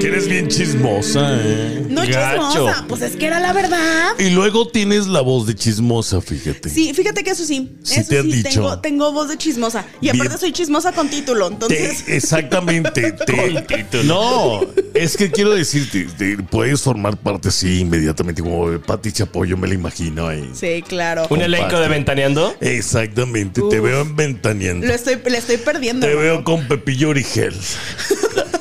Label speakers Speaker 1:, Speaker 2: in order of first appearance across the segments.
Speaker 1: Que eres bien chismosa, ¿eh?
Speaker 2: No
Speaker 1: Gacho.
Speaker 2: chismosa, pues es que era la verdad.
Speaker 1: Y luego tienes la voz de chismosa, fíjate.
Speaker 2: Sí, fíjate que eso sí.
Speaker 1: Sí
Speaker 2: eso
Speaker 1: te han
Speaker 2: sí,
Speaker 1: dicho.
Speaker 2: Tengo, tengo voz de chismosa. Y
Speaker 1: Bien.
Speaker 2: aparte soy chismosa con título,
Speaker 1: Te-
Speaker 2: entonces.
Speaker 1: exactamente. te- no, es que quiero decirte, te- puedes formar parte, sí, inmediatamente, como de Pati Chapoyo, me la imagino ahí.
Speaker 2: Sí, claro.
Speaker 3: Un elenco de ventaneando.
Speaker 1: Exactamente, te
Speaker 2: Uf.
Speaker 1: veo en ventaneando.
Speaker 2: Lo estoy, le estoy perdiendo.
Speaker 1: Te
Speaker 2: hermano.
Speaker 1: veo con Pepillo Origel.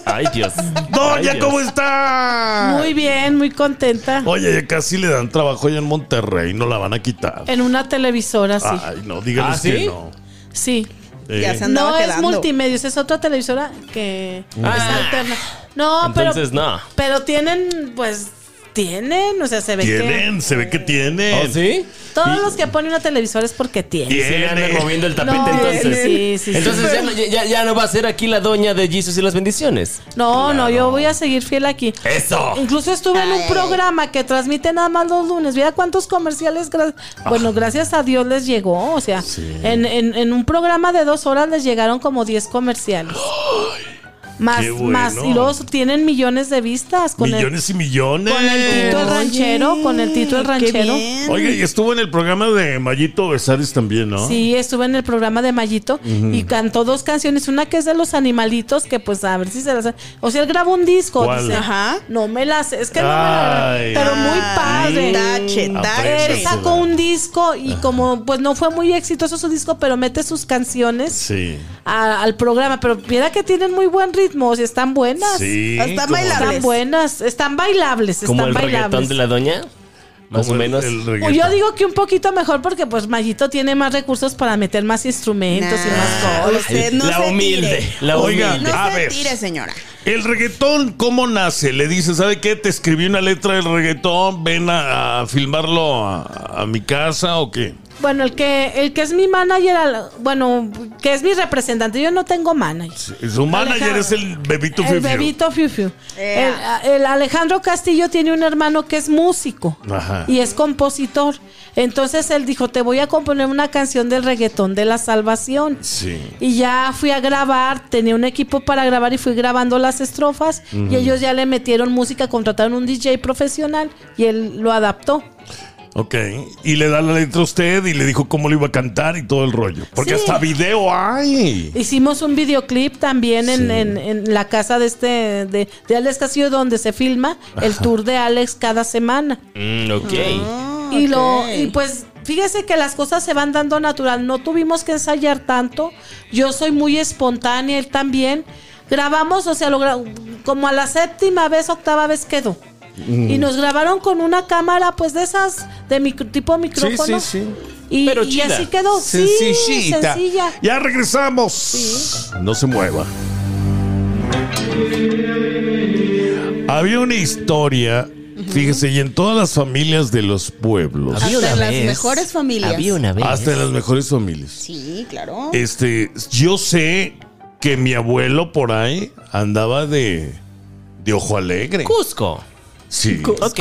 Speaker 3: Ay, Dios.
Speaker 1: Doña,
Speaker 3: Ay, Dios.
Speaker 1: ¿cómo está?
Speaker 4: Muy bien, muy contenta.
Speaker 1: Oye, ya casi le dan trabajo allá en Monterrey, no la van a quitar.
Speaker 2: Eh,
Speaker 4: En una televisora, sí.
Speaker 1: Ay, no, díganles
Speaker 3: ¿Ah, sí?
Speaker 1: que no.
Speaker 4: Sí.
Speaker 2: Ya
Speaker 1: Eh,
Speaker 2: se andaba
Speaker 4: No es
Speaker 2: quedando.
Speaker 4: multimedios, es otra televisora que es
Speaker 3: Ah.
Speaker 4: alterna. No,
Speaker 3: Entonces,
Speaker 4: pero,
Speaker 3: no.
Speaker 4: pero tienen, pues, tienen, o sea, se ve
Speaker 1: tienen, se ve que tienen.
Speaker 3: ¿Oh, sí?
Speaker 4: que todos los que ponen una televisora es porque tienen.
Speaker 3: Y sí le andan
Speaker 1: Tiene.
Speaker 3: moviendo el tapete
Speaker 4: No,
Speaker 3: entonces.
Speaker 4: sí, sí, sí.
Speaker 3: Entonces ya no- ya, ya no va a ser aquí la doña de Jesus y las bendiciones.
Speaker 4: No, no, yo voy a seguir fiel aquí.
Speaker 1: Oh.
Speaker 3: ¡Eso!
Speaker 4: Incluso estuve en un programa que transmite nada más los lunes. Mira cuántos comerciales. gra-
Speaker 1: Ah.
Speaker 4: bueno, gracias a Dios les llegó. O sea, en, en- en un programa de dos horas les llegaron como 10 comerciales. Más,
Speaker 1: qué bueno.
Speaker 4: más. Y luego tienen millones de vistas con el,
Speaker 1: Millones y millones.
Speaker 4: con el Tito el Ranchero. Con el Tito el
Speaker 2: Qué
Speaker 4: Ranchero.
Speaker 2: bien.
Speaker 1: Oiga, y estuvo en el programa de Mayito Besares también, ¿no?
Speaker 4: Sí, estuve en el programa de Mayito y cantó dos canciones. Una que es de los animalitos, que pues a ver si se las. O sea, él grabó un disco.
Speaker 1: ¿Cuál?
Speaker 4: dice, "Ah,
Speaker 2: Ajá.
Speaker 4: No me las. Es que no me las.
Speaker 1: Ay.
Speaker 4: Pero muy padre.
Speaker 2: Tache,
Speaker 4: Él
Speaker 1: Apréndase.
Speaker 2: tache.
Speaker 4: sacó un disco y como pues no fue muy exitoso su disco, pero mete sus canciones
Speaker 1: Sí.
Speaker 4: a- al programa. Pero mira que tienen muy buen ritmo, o sea, están buenas.
Speaker 1: Sí.
Speaker 2: Hasta
Speaker 1: como-
Speaker 2: bailar.
Speaker 4: Están buenas, están bailables, están
Speaker 3: Como el reggaetón
Speaker 4: bailables.
Speaker 3: de la doña. Más o
Speaker 1: como el-
Speaker 3: menos.
Speaker 1: el
Speaker 4: O
Speaker 1: reggaetón.
Speaker 4: Pues Yo digo que un poquito mejor porque pues Mayito tiene más recursos para meter más instrumentos y
Speaker 2: Nah,
Speaker 4: más cosas.
Speaker 2: usted no
Speaker 3: la
Speaker 2: se
Speaker 3: humilde,
Speaker 2: tire.
Speaker 3: la
Speaker 1: Oiga,
Speaker 3: humilde.
Speaker 2: No
Speaker 1: a
Speaker 2: se
Speaker 1: ver.
Speaker 2: tire, señora.
Speaker 1: El reggaetón, ¿cómo nace? Le dice, ¿sabe qué? Te escribí una letra del reggaetón, ven a, a filmarlo a, a mi casa o qué.
Speaker 4: Bueno, el que, el que es mi manager, al- bueno, que es mi representante, yo no tengo manager.
Speaker 1: Su manager
Speaker 4: Alejandro.
Speaker 1: es el bebito
Speaker 4: El
Speaker 1: Fiu Fiu.
Speaker 4: bebito Fiu Fiu.
Speaker 2: Ea.
Speaker 4: El, el Alejandro Castillo tiene un hermano que es músico
Speaker 1: Ajá.
Speaker 4: y es compositor. Entonces él dijo, te voy a componer una canción del reggaetón de la salvación.
Speaker 1: Sí.
Speaker 4: Y ya fui a grabar, tenía un equipo para grabar y fui grabando las estrofas y ellos ya le metieron música, contrataron un DJ profesional y él lo adaptó.
Speaker 1: Ok. Y le da la letra a usted y le dijo cómo lo iba a cantar y todo el rollo. Porque
Speaker 4: Sí.
Speaker 1: hasta video hay.
Speaker 4: Hicimos un videoclip también en, en- en la casa de este de, de Alex Castillo donde se filma el tour de Alex cada semana.
Speaker 3: Mm, ok.
Speaker 4: y lo
Speaker 2: ok.
Speaker 4: y pues fíjese que las cosas se van dando natural no tuvimos que ensayar tanto yo soy muy espontánea él también grabamos o sea lo gra- como a la séptima vez octava vez quedó
Speaker 1: Mm.
Speaker 4: y nos grabaron con una cámara pues de esas de micro, tipo micrófono
Speaker 1: sí, sí.
Speaker 4: Y,
Speaker 3: Pero
Speaker 4: y
Speaker 3: chida.
Speaker 4: así quedó sí,
Speaker 1: Sencillita.
Speaker 4: sencilla
Speaker 1: Ya regresamos. No se mueva. Había una historia, fíjese, y en todas las familias de los pueblos,
Speaker 2: Había Hasta una las vez- mejores familias. había
Speaker 3: una vez.
Speaker 1: hasta en las mejores familias.
Speaker 2: Sí, claro.
Speaker 1: Este, yo sé que mi abuelo por ahí andaba de, de ojo alegre.
Speaker 3: Cusco.
Speaker 1: Sí.
Speaker 3: Ok.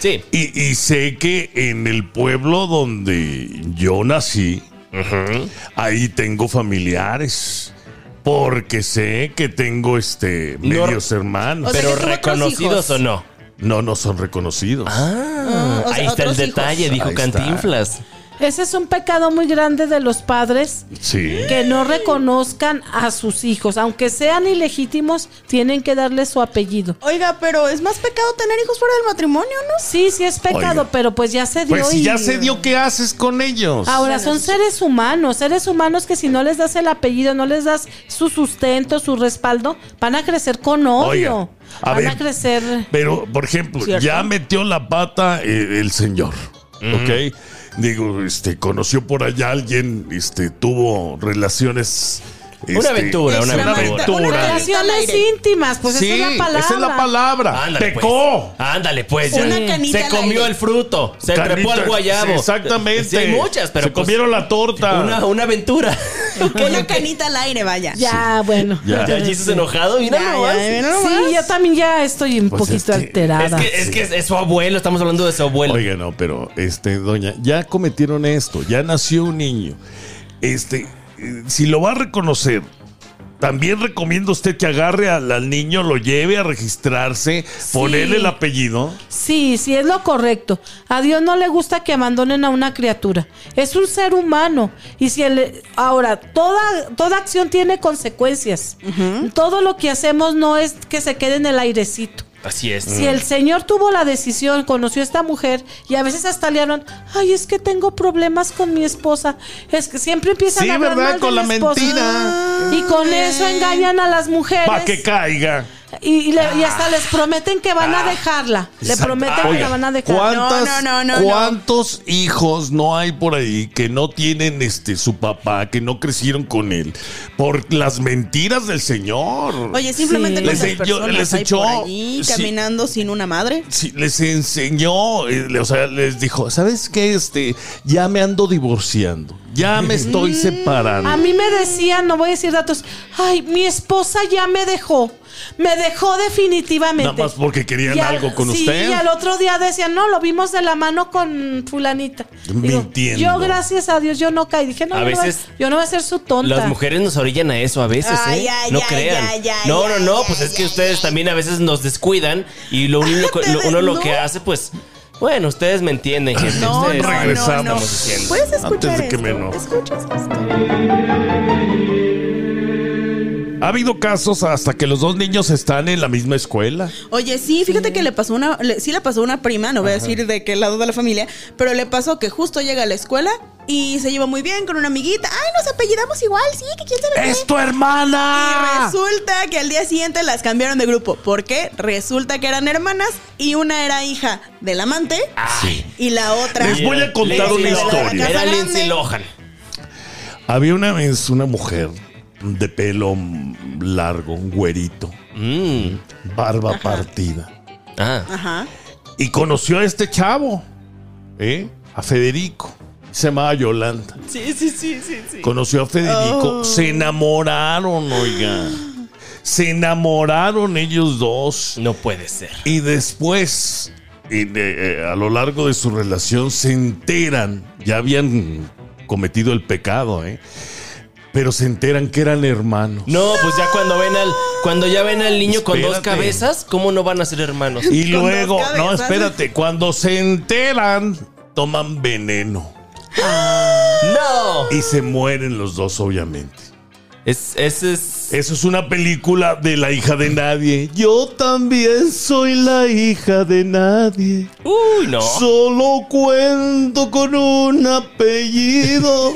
Speaker 3: Sí.
Speaker 1: Y, y sé que en el pueblo donde yo nací, ahí tengo familiares. Porque sé que tengo este
Speaker 3: No-
Speaker 1: medios hermanos.
Speaker 2: O sea,
Speaker 3: Pero
Speaker 2: que tuvo otros
Speaker 3: reconocidos
Speaker 2: hijos.
Speaker 3: o no.
Speaker 1: no, no son reconocidos.
Speaker 3: Ah,
Speaker 2: o sea,
Speaker 3: ahí está el
Speaker 2: otros hijos.
Speaker 3: detalle, dijo
Speaker 1: Ahí está.
Speaker 3: Cantinflas.
Speaker 4: ese es un pecado muy grande de los padres
Speaker 1: Sí.
Speaker 4: que no reconozcan a sus hijos aunque sean ilegítimos tienen que darle su apellido
Speaker 2: Oiga, pero es más pecado tener hijos fuera del matrimonio, ¿no?
Speaker 4: Sí, sí es pecado,
Speaker 1: Oiga.
Speaker 4: pero pues ya se dio.
Speaker 1: Pues si
Speaker 4: y-
Speaker 1: ya se dio, ¿qué haces con ellos?
Speaker 4: Ahora son seres humanos, seres humanos que si no les das el apellido, no les das su sustento, su respaldo, van a crecer con
Speaker 1: Oiga,
Speaker 4: odio.
Speaker 1: a
Speaker 4: van
Speaker 1: ver.
Speaker 4: a crecer.
Speaker 1: Pero, por ejemplo,
Speaker 2: ¿Cierto?
Speaker 1: ya metió la pata eh, el señor, ¿ok? Digo, este, conoció por allá alguien, este, tuvo relaciones...
Speaker 3: Una
Speaker 1: este,
Speaker 3: aventura,
Speaker 1: una
Speaker 3: una aventura.
Speaker 2: Una
Speaker 1: aventura.
Speaker 2: relación.
Speaker 4: Relaciones
Speaker 2: al aire.
Speaker 4: íntimas, pues
Speaker 1: sí,
Speaker 4: esa es la palabra.
Speaker 1: esa es la palabra.
Speaker 3: Ah, Ándale,
Speaker 1: Pecó.
Speaker 3: Pues. Ándale, pues. ya.
Speaker 2: Una canita
Speaker 3: se
Speaker 2: al
Speaker 3: comió
Speaker 2: aire.
Speaker 3: el fruto. Se trepó al
Speaker 1: Carnitas,
Speaker 3: guayabo.
Speaker 1: Exactamente.
Speaker 3: Sí, hay muchas, pero.
Speaker 1: Se
Speaker 3: pues,
Speaker 1: comieron la torta.
Speaker 3: Una, una aventura.
Speaker 2: Una canita al aire, vaya.
Speaker 4: Ya, bueno.
Speaker 1: Ya.
Speaker 3: Ya Jesús enojado, mira
Speaker 2: Ya,
Speaker 3: nomás.
Speaker 2: ya, mira nomás.
Speaker 4: Sí, yo también ya estoy un
Speaker 1: Pues es
Speaker 4: poquito
Speaker 1: que-
Speaker 3: Es
Speaker 4: alterada.
Speaker 3: que, es que es, es su abuelo, estamos hablando de su abuelo.
Speaker 1: Oiga, no, pero este, doña, ya cometieron esto, ya nació un niño. Este, eh, si lo va a reconocer, También recomienda usted que agarre al, al niño, lo lleve a registrarse, ponerle el apellido.
Speaker 4: Sí, sí, es lo correcto. A Dios no le gusta que abandonen a una criatura. Es un ser humano. Y si el, ahora, toda, toda acción tiene consecuencias. Todo lo que hacemos no es que se quede en el airecito.
Speaker 3: Así es.
Speaker 4: Si el señor tuvo la decisión, conoció a esta mujer y a veces hasta le hablan, ay, es que tengo problemas con mi esposa. Es que siempre empiezan
Speaker 5: Sí,
Speaker 4: a hablar
Speaker 5: ¿verdad?
Speaker 4: mal de
Speaker 5: Con la
Speaker 4: esposa.
Speaker 5: mentira.
Speaker 4: Y con eso engañan a las mujeres.
Speaker 1: Para que caiga.
Speaker 4: Y, y le- y hasta les prometen que van a dejarla. Le
Speaker 1: Ah. Exacto.
Speaker 4: prometen que
Speaker 1: Oiga,
Speaker 4: la van a dejar.
Speaker 5: ¿Cuántas,
Speaker 2: No, no, no, no.
Speaker 1: ¿Cuántos hijos no hay por ahí que no tienen este su papá, que no crecieron con él? Por las mentiras del señor.
Speaker 2: Oye, simplemente
Speaker 4: Sí.
Speaker 2: cuántas
Speaker 1: Les- yo-
Speaker 2: personas
Speaker 1: les
Speaker 2: hay
Speaker 1: echó-
Speaker 2: por allí
Speaker 1: sí. Este,
Speaker 2: caminando sin una madre.
Speaker 1: Sí, les enseñó, eh, le- o sea, les dijo, ¿sabes qué? Este, ya me ando divorciando, ya me estoy separando.
Speaker 4: Mm, A mí me decían, no voy a decir datos, ay, mi esposa ya me dejó. Me dejó definitivamente.
Speaker 1: Nada más porque querían
Speaker 4: Y al-
Speaker 1: algo con
Speaker 4: sí,
Speaker 1: usted.
Speaker 4: Y al otro día decían, no, lo vimos de la mano con fulanita. Digo,
Speaker 1: Mintiendo.
Speaker 4: yo, gracias a Dios, yo no caí. Dije, no,
Speaker 3: A
Speaker 4: yo no voy a-
Speaker 3: veces
Speaker 4: yo no voy a ser su tonta.
Speaker 3: Las mujeres nos orillan a eso a veces, ¿eh?
Speaker 2: Ay, ay,
Speaker 3: no
Speaker 2: ay,
Speaker 3: crean.
Speaker 2: ay, ay,
Speaker 3: no, no,
Speaker 2: ay,
Speaker 3: no,
Speaker 2: ay,
Speaker 3: pues es que
Speaker 2: ay,
Speaker 3: ustedes también a veces nos descuidan y lo único
Speaker 2: te
Speaker 3: lo- uno lo que
Speaker 2: desnudo.
Speaker 3: hace, pues, bueno, ustedes me entienden, gente.
Speaker 2: No,
Speaker 3: ustedes
Speaker 2: no,
Speaker 3: saben lo que
Speaker 1: regresamos.
Speaker 3: estamos diciendo.
Speaker 2: Puedes escuchar
Speaker 1: Antes de que
Speaker 2: esto?
Speaker 1: me enoje.
Speaker 2: Escuchas esto?
Speaker 1: Ha habido casos hasta que los dos niños están en la misma escuela.
Speaker 2: Oye, sí, fíjate que le pasó una, le- sí le pasó una prima, no voy a decir de qué lado de la familia, pero le pasó que justo llega a la escuela y se lleva muy bien con una amiguita. Ay, nos apellidamos igual, sí, que quién sabe qué.
Speaker 1: ¡Es Ah. tu
Speaker 2: Y
Speaker 1: hermana!
Speaker 2: resulta que al día siguiente las cambiaron de grupo. ¿Por qué? Resulta que eran hermanas y una era hija del amante
Speaker 1: Sí.
Speaker 2: y la otra.
Speaker 1: Ah. Les voy a contar una
Speaker 3: Lindsay Lohan,
Speaker 1: historia.
Speaker 3: Era
Speaker 2: Casa grande.
Speaker 3: Lindsay Lohan.
Speaker 1: Había una vez una mujer de pelo mm, largo, un güerito,
Speaker 3: Mm.
Speaker 1: barba partida.
Speaker 3: Ah.
Speaker 2: Ajá.
Speaker 1: Y conoció a este chavo, ¿eh? A Federico. Se llamaba Yolanda.
Speaker 2: Sí, sí, sí, sí, sí.
Speaker 1: Conoció a Federico.
Speaker 2: Oh.
Speaker 1: Se enamoraron, oiga. Se enamoraron ellos dos.
Speaker 3: No puede ser.
Speaker 1: Y después, y de- eh, a lo largo de su relación, se enteran, ya habían cometido el pecado, ¿eh? Pero se enteran que eran hermanos.
Speaker 3: No, pues ya cuando ven al cuando ya ven al niño con dos
Speaker 1: Espérate.
Speaker 3: cabezas, ¿cómo no van a ser hermanos?
Speaker 1: Y
Speaker 2: Con dos
Speaker 1: luego, no,
Speaker 2: cabezas.
Speaker 1: espérate, cuando se enteran, toman veneno.
Speaker 3: ¡No!
Speaker 1: Y se mueren los dos, obviamente.
Speaker 3: Es, es, es-
Speaker 1: Eso es una película de la hija de nadie. Yo también soy la hija de nadie.
Speaker 3: Uy,
Speaker 2: Ah.
Speaker 3: no.
Speaker 1: Solo cuento con un apellido.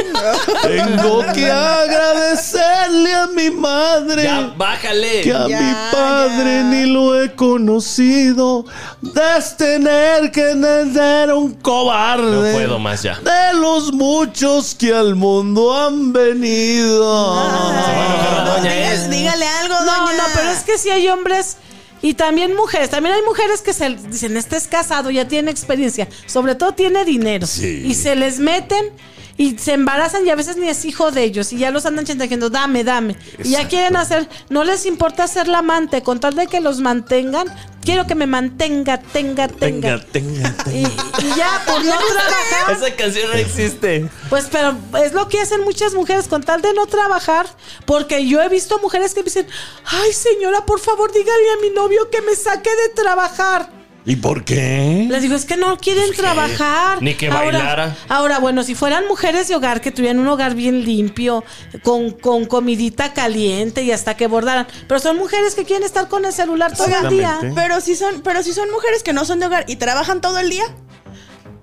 Speaker 1: Tengo que agradecerle a mi madre.
Speaker 3: Ya, bájale.
Speaker 1: Que a
Speaker 2: Ya,
Speaker 1: mi padre
Speaker 2: ya.
Speaker 1: ni lo he conocido. Destener que era un cobarde.
Speaker 3: No puedo más ya.
Speaker 1: De los muchos que al mundo han venido.
Speaker 3: enojar la
Speaker 2: No,
Speaker 3: doña,
Speaker 2: dígale,
Speaker 3: ¿eh?
Speaker 2: dígale algo,
Speaker 4: No,
Speaker 2: doña.
Speaker 4: no, pero es que sí hay hombres y también mujeres. También hay mujeres que se dicen, este es casado, ya tiene experiencia, sobre todo tiene dinero.
Speaker 1: Sí.
Speaker 4: Y se les meten y se embarazan y a veces ni es hijo de ellos y ya los andan chantajeando, dame, dame. Y ya
Speaker 1: Exacto.
Speaker 4: quieren hacer, no les importa ser la amante, con tal de que los mantengan, quiero que me mantenga, tenga, tenga.
Speaker 1: tenga, tenga.
Speaker 4: Y, y ya por no trabajar.
Speaker 3: Esa canción
Speaker 1: Eh.
Speaker 3: no existe.
Speaker 4: Pues, pero es lo que hacen muchas mujeres con tal de no trabajar, porque yo he visto mujeres que me dicen, ay señora, por favor dígale a mi novio que me saque de trabajar.
Speaker 1: ¿Y por qué?
Speaker 4: Les digo, es que no quieren trabajar.
Speaker 3: ni que bailara.
Speaker 4: Ahora, bueno, si fueran mujeres de hogar, que tuvieran un hogar bien limpio, con, con comidita caliente y hasta que bordaran, pero son mujeres que quieren estar con el celular todo el día.
Speaker 1: Exactamente.
Speaker 2: Pero si son, pero si son mujeres que no son de hogar y trabajan todo el día.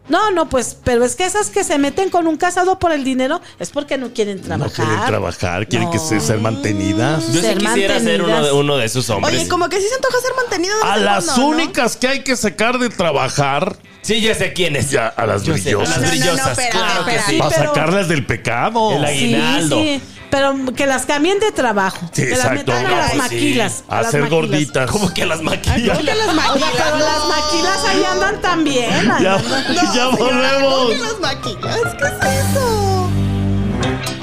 Speaker 4: No, no, pues, pero es que esas que se meten con un casado por el dinero es porque no quieren
Speaker 1: No
Speaker 4: trabajar.
Speaker 1: quieren trabajar, quieren que se sean mantenidas.
Speaker 3: Yo sí
Speaker 4: Ser
Speaker 3: quisiera ser uno de,
Speaker 4: mantenidas.
Speaker 3: uno de esos hombres.
Speaker 2: Oye, como que sí se antoja ser mantenido. de
Speaker 1: A
Speaker 2: vez en
Speaker 1: las
Speaker 2: cuando, ¿no?
Speaker 1: únicas que hay que sacar de trabajar,
Speaker 3: Sí, ya sé quién es.
Speaker 1: ya a las
Speaker 3: Yo sé, a
Speaker 1: brillosas.
Speaker 3: las
Speaker 2: No, no, no,
Speaker 3: brillosas.
Speaker 2: espérate,
Speaker 3: claro que
Speaker 2: espérate.
Speaker 3: sí.
Speaker 1: Para
Speaker 4: pero-
Speaker 1: sacarlas del pecado.
Speaker 3: El
Speaker 4: Sí,
Speaker 3: aguinaldo.
Speaker 4: sí, pero que las cambien de trabajo.
Speaker 1: Sí,
Speaker 4: que
Speaker 1: exacto.
Speaker 4: las metan
Speaker 1: No,
Speaker 4: a las
Speaker 3: pues sí.
Speaker 4: maquilas.
Speaker 1: A
Speaker 4: las
Speaker 1: ser
Speaker 4: maquilas.
Speaker 1: gorditas.
Speaker 3: Como que las
Speaker 2: Creo
Speaker 3: maquillas.
Speaker 2: que las
Speaker 4: Oye,
Speaker 2: maquilas.
Speaker 4: pero
Speaker 2: no.
Speaker 4: las maquilas ahí andan también.
Speaker 1: Ya,
Speaker 4: andan-
Speaker 2: No,
Speaker 1: ya
Speaker 2: señora, ¿cómo que
Speaker 1: volvemos.
Speaker 2: las maquilas? ¿Qué es eso?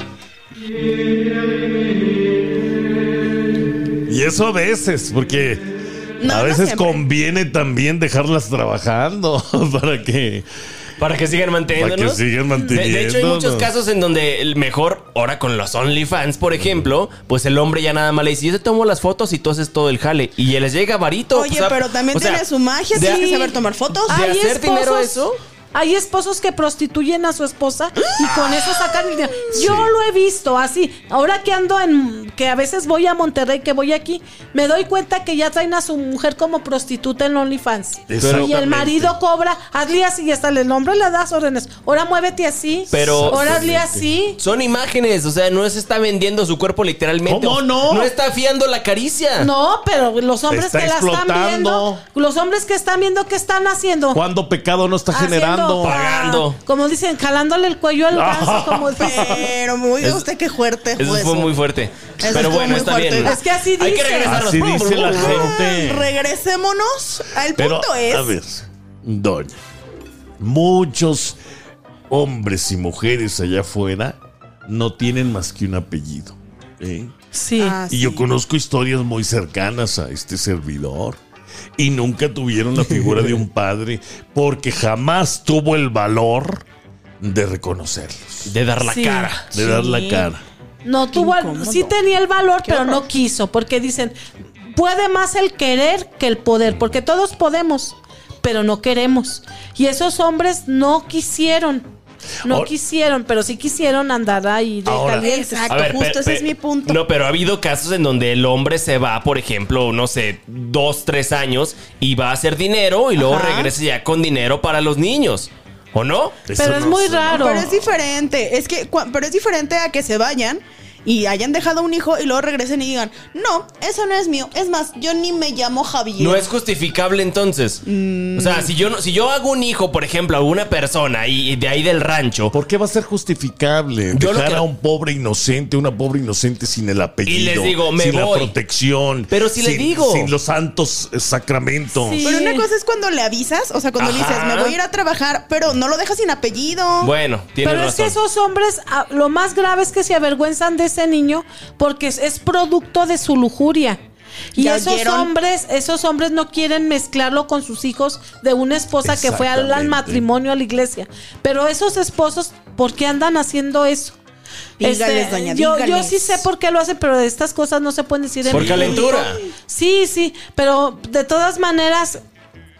Speaker 1: Y eso a veces, porque
Speaker 2: No,
Speaker 1: a
Speaker 2: no
Speaker 1: veces
Speaker 2: siempre.
Speaker 1: conviene también dejarlas trabajando para que
Speaker 3: Para que sigan manteniéndonos.
Speaker 1: Para que sigan manteniéndonos.
Speaker 3: De, de hecho, hay muchos casos en donde el mejor, ahora con los OnlyFans, por ejemplo, pues el hombre ya nada más le dice, yo te tomo las fotos y tú haces todo el jale. Y ya les llega varito. pues,
Speaker 2: Oye,
Speaker 3: o sea,
Speaker 2: pero también
Speaker 3: o sea,
Speaker 2: tiene su magia,
Speaker 3: de-
Speaker 2: tienes que saber tomar fotos.
Speaker 3: Ah,
Speaker 2: Ay,
Speaker 3: ¿De hacer dinero eso?
Speaker 4: Hay esposos que prostituyen a su esposa y con eso sacan dinero. Yo lo he visto así. Ahora que ando en. que a veces voy a Monterrey, que voy aquí, me doy cuenta que ya traen a su mujer como prostituta en OnlyFans. Y
Speaker 1: Exactamente.
Speaker 4: el marido cobra, hazle así y hasta el hombre le das órdenes. Ahora muévete así.
Speaker 3: Pero-
Speaker 4: Ahora hazle así.
Speaker 3: Son imágenes, o sea, no se está vendiendo su cuerpo literalmente.
Speaker 1: ¿Cómo no?
Speaker 3: No está fiando la caricia.
Speaker 4: No, pero los hombres
Speaker 1: Está
Speaker 4: que la están viendo.
Speaker 1: explotando.
Speaker 4: Los hombres que están viendo, ¿qué están haciendo?
Speaker 1: ¿Cuándo pecado no está
Speaker 4: Haciendo
Speaker 1: generando?
Speaker 4: pa-
Speaker 3: Pagando.
Speaker 4: Como dicen, jalándole el cuello al ganso. como
Speaker 2: Pero muy
Speaker 3: Eso-
Speaker 2: usted qué fuerte
Speaker 3: Eso
Speaker 2: fue
Speaker 3: fue
Speaker 2: pues, eso.
Speaker 3: muy fuerte.
Speaker 2: Eso
Speaker 3: pero
Speaker 2: estuvo
Speaker 3: bueno,
Speaker 2: muy
Speaker 3: está
Speaker 2: fuerte.
Speaker 3: bien.
Speaker 4: Es que así
Speaker 3: Hay que
Speaker 4: dice.
Speaker 3: regresarnos.
Speaker 1: Así dice la
Speaker 2: Ah,
Speaker 1: gente.
Speaker 2: regresémonos. al
Speaker 1: Pero,
Speaker 2: punto es.
Speaker 1: a ver, doña, muchos hombres y mujeres allá afuera no tienen más que un apellido. ¿eh?
Speaker 4: Sí.
Speaker 2: Ah,
Speaker 1: Y yo
Speaker 2: sí.
Speaker 1: conozco historias muy cercanas a este servidor. Y nunca tuvieron la figura de un padre porque jamás tuvo el valor de reconocerlos,
Speaker 3: De dar la
Speaker 4: Sí.
Speaker 3: cara.
Speaker 1: de dar la
Speaker 2: Sí.
Speaker 1: cara.
Speaker 4: No tuvo,
Speaker 2: incómodo.
Speaker 4: sí tenía el valor, pero no quiso, porque dicen, puede más el querer que el poder, porque todos podemos, pero no queremos. Y esos hombres no quisieron, no
Speaker 1: Ahora-
Speaker 4: quisieron, pero sí quisieron andar ahí de
Speaker 1: Ahora-
Speaker 4: calientes.
Speaker 2: Exacto, justo
Speaker 3: pe-
Speaker 2: ese
Speaker 3: pe-
Speaker 2: es mi punto.
Speaker 3: No, pero ha habido casos en donde el hombre se va, por ejemplo, no sé, dos, tres años y va a hacer dinero y luego
Speaker 2: Ajá.
Speaker 3: regresa ya con dinero para los niños. ¿O no?
Speaker 1: Eso
Speaker 4: Pero es
Speaker 1: no
Speaker 4: muy
Speaker 1: se-
Speaker 4: raro.
Speaker 2: Pero es diferente. Es que, cua- pero es diferente a que se vayan y hayan dejado un hijo y luego regresen y digan, no, eso no es mío. Es más, yo ni me llamo Javier.
Speaker 3: No es justificable entonces. O sea, si yo no- si yo hago un hijo, por ejemplo, a una persona y, y de ahí del rancho
Speaker 1: ¿Por qué va a ser justificable
Speaker 3: Yo lo
Speaker 1: dejar
Speaker 3: que-
Speaker 1: a un pobre inocente, una pobre inocente sin el apellido?
Speaker 3: les digo, me
Speaker 1: sin
Speaker 3: voy.
Speaker 1: la protección.
Speaker 3: Pero si le
Speaker 1: sin-
Speaker 3: digo.
Speaker 1: Sin los santos eh, sacramentos.
Speaker 4: Sí.
Speaker 2: Pero una cosa es cuando le avisas, o sea, cuando le dices,
Speaker 3: Ajá.
Speaker 2: me voy a ir a trabajar, pero no lo dejas sin apellido.
Speaker 3: Bueno, tiene
Speaker 4: Pero
Speaker 3: razón.
Speaker 4: es que esos hombres, ah, lo más grave es que se avergüenzan de ese niño porque es, es producto de su lujuria. Y
Speaker 2: ¿Ya
Speaker 4: esos
Speaker 2: oyeron?
Speaker 4: hombres, esos hombres no quieren mezclarlo con sus hijos de una esposa que fue al, al
Speaker 1: Exactamente.
Speaker 4: matrimonio a la iglesia. Pero esos esposos, ¿por qué andan haciendo eso? Este,
Speaker 2: Dígales, doña,
Speaker 4: yo, yo
Speaker 2: dígales.
Speaker 4: sí sé por qué lo hacen, pero estas cosas no se pueden decir en
Speaker 3: Por
Speaker 4: público.
Speaker 3: calentura.
Speaker 4: Sí, sí, pero de todas maneras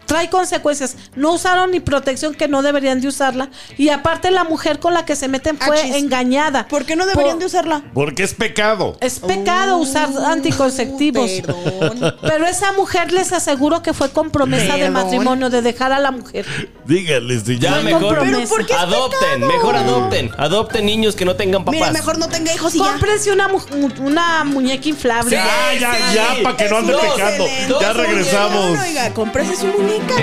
Speaker 4: trae consecuencias. No usaron ni protección que no deberían de usarla. Y aparte la mujer con la que se meten fue
Speaker 2: Achis.
Speaker 4: engañada.
Speaker 2: ¿Por qué no deberían
Speaker 4: Por-
Speaker 2: de usarla?
Speaker 1: Porque es pecado.
Speaker 4: Es pecado usar
Speaker 2: Uh,
Speaker 4: anticonceptivos.
Speaker 2: Perdón.
Speaker 4: Pero esa mujer les aseguro que fue con promesa de
Speaker 2: Perdón.
Speaker 4: matrimonio de dejar a la mujer.
Speaker 1: Dígales, de
Speaker 3: ya
Speaker 4: no hay
Speaker 3: mejor
Speaker 4: compromiso. Pero
Speaker 2: ¿por qué es
Speaker 3: adopten,
Speaker 2: pecado?
Speaker 3: mejor adopten, adopten niños que no tengan papás.
Speaker 2: Mire, mejor no tenga hijos y ya.
Speaker 4: Cómprense una, mu- mu- una muñeca inflable.
Speaker 1: Ah, Ya, ya, ya, para que no ande
Speaker 3: Dos,
Speaker 1: pecando.
Speaker 3: excelente.
Speaker 1: Ya
Speaker 3: Dos,
Speaker 1: regresamos.
Speaker 2: Oiga, Oiga, cómprese su muñeca.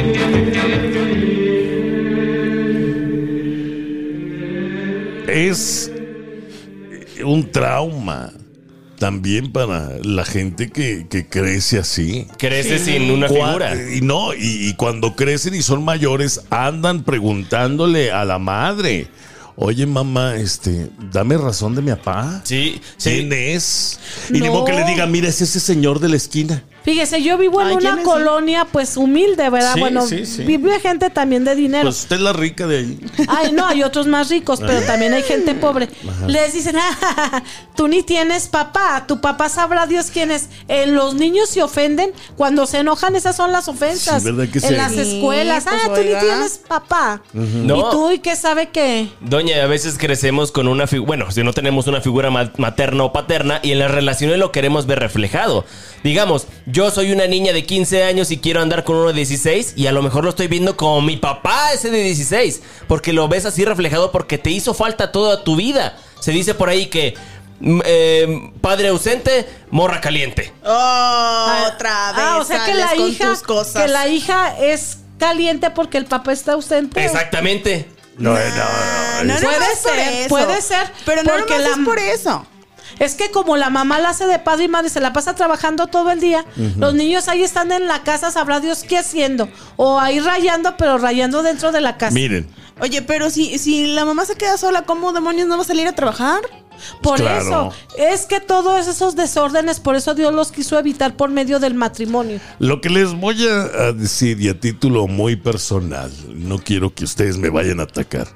Speaker 1: Es un trauma también para la gente que, que crece así.
Speaker 3: Crece sin una
Speaker 1: Cua-
Speaker 3: figura.
Speaker 1: Y no, y, y cuando crecen y son mayores, andan preguntándole a la madre. Oye, mamá, este, dame razón de mi papá.
Speaker 3: Sí, sí.
Speaker 1: ¿Quién es? Y ni
Speaker 4: No.
Speaker 1: modo que le diga, mira, es ese señor de la esquina.
Speaker 4: Fíjese, yo vivo en
Speaker 2: Ay, ¿quién
Speaker 4: una
Speaker 2: es?
Speaker 4: colonia pues humilde, ¿verdad?
Speaker 1: Sí,
Speaker 4: bueno,
Speaker 1: sí, sí.
Speaker 4: vive gente también de dinero.
Speaker 1: Pues usted es la rica de ahí.
Speaker 4: Ay, no, hay otros más ricos, pero también hay gente pobre. Les dicen, "Ah, tú ni tienes papá, tu papá sabrá Dios quién es. Eh, los niños se ofenden, cuando se enojan, esas son las ofensas.
Speaker 1: Sí, ¿verdad que
Speaker 4: en
Speaker 1: sí?
Speaker 4: las
Speaker 2: Sí,
Speaker 4: escuelas,
Speaker 2: pues,
Speaker 4: ah, tú
Speaker 2: oiga.
Speaker 4: ni tienes papá.
Speaker 3: No.
Speaker 4: ¿Y tú y qué sabe qué?
Speaker 3: Doña, a veces crecemos con una figura, bueno, si no tenemos una figura ma- materna o paterna y en las relaciones lo queremos ver reflejado. Digamos, yo soy una niña de 15 años y quiero andar con uno de 16 y a lo mejor lo estoy viendo como mi papá ese de 16, porque lo ves así reflejado porque te hizo falta toda tu vida. Se dice por ahí que mm, eh, padre ausente, morra caliente.
Speaker 2: Oh, otra vez.
Speaker 4: Ah, o sea que
Speaker 2: sales
Speaker 4: la
Speaker 2: con
Speaker 4: hija,
Speaker 2: tus cosas.
Speaker 4: que la hija es caliente porque el papá está ausente.
Speaker 3: Exactamente.
Speaker 1: No, no,
Speaker 2: Ah,
Speaker 1: no.
Speaker 2: no,
Speaker 4: Puede
Speaker 2: nomás por
Speaker 4: ser,
Speaker 2: eso.
Speaker 4: puede ser,
Speaker 2: Pero no
Speaker 4: porque
Speaker 2: nomás
Speaker 4: la-
Speaker 2: es por eso.
Speaker 4: Es que como la mamá la hace de padre y madre, se la pasa trabajando todo el día, los niños ahí están en la casa, sabrá Dios qué haciendo. O ahí rayando, pero rayando dentro de la casa.
Speaker 1: Miren,
Speaker 2: Oye, pero si, si la mamá se queda sola, ¿cómo demonios no va a salir a trabajar?
Speaker 4: Por
Speaker 1: Claro.
Speaker 4: eso, es que todos esos desórdenes, por eso Dios los quiso evitar por medio del matrimonio.
Speaker 1: Lo que les voy a, a decir y a título muy personal, no quiero que ustedes me vayan a atacar,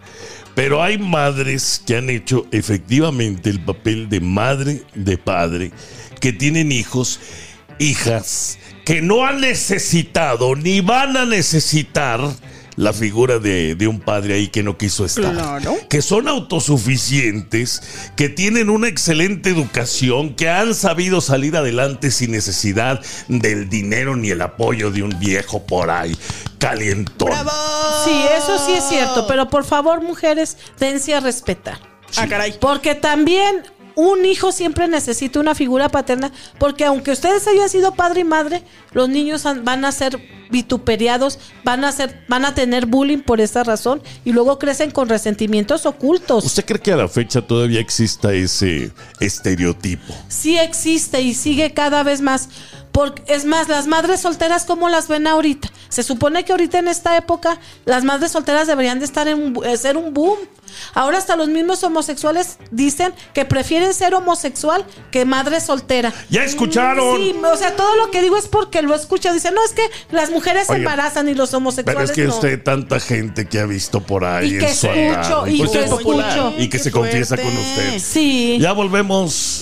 Speaker 1: pero hay madres que han hecho efectivamente el papel de madre, de padre, que tienen hijos, hijas, que no han necesitado ni van a necesitar la figura de, de un padre ahí que no quiso estar.
Speaker 2: Claro.
Speaker 1: Que son autosuficientes, que tienen una excelente educación, que han sabido salir adelante sin necesidad del dinero ni el apoyo de un viejo por ahí. Calientón.
Speaker 2: ¡Bravo!
Speaker 4: Sí, eso sí es cierto, pero por favor, mujeres, dense a respetar.
Speaker 2: Ah, caray.
Speaker 4: Porque también un hijo siempre necesita una figura paterna, porque aunque ustedes hayan sido padre y madre, los niños han- van a ser vituperiados, van a ser, van a tener bullying por esa razón y luego crecen con resentimientos ocultos.
Speaker 1: ¿Usted cree que a la fecha todavía exista ese estereotipo?
Speaker 4: Sí existe y sigue cada vez más. Porque, es más, las madres solteras, ¿cómo las ven ahorita? Se supone que ahorita en esta época las madres solteras deberían de estar en un bu- eh, ser un boom. Ahora hasta los mismos homosexuales dicen que prefieren ser homosexual que madre soltera.
Speaker 1: ¡Ya escucharon!
Speaker 4: Sí, o sea, todo lo que digo es porque lo escucho. Dicen, no, es que las mujeres se
Speaker 1: Oye,
Speaker 4: embarazan y los
Speaker 1: Pero
Speaker 4: homosexuales
Speaker 1: es que
Speaker 4: no.
Speaker 1: usted tanta gente que ha visto por ahí
Speaker 4: Y
Speaker 1: en
Speaker 4: que
Speaker 1: su
Speaker 4: escucho,
Speaker 1: andar, Pues
Speaker 4: y
Speaker 1: que
Speaker 4: que
Speaker 1: es popular,
Speaker 4: escucho.
Speaker 1: y que
Speaker 2: Qué
Speaker 1: se confiesa
Speaker 2: fuerte.
Speaker 1: con usted.
Speaker 4: Sí.
Speaker 1: Ya volvemos.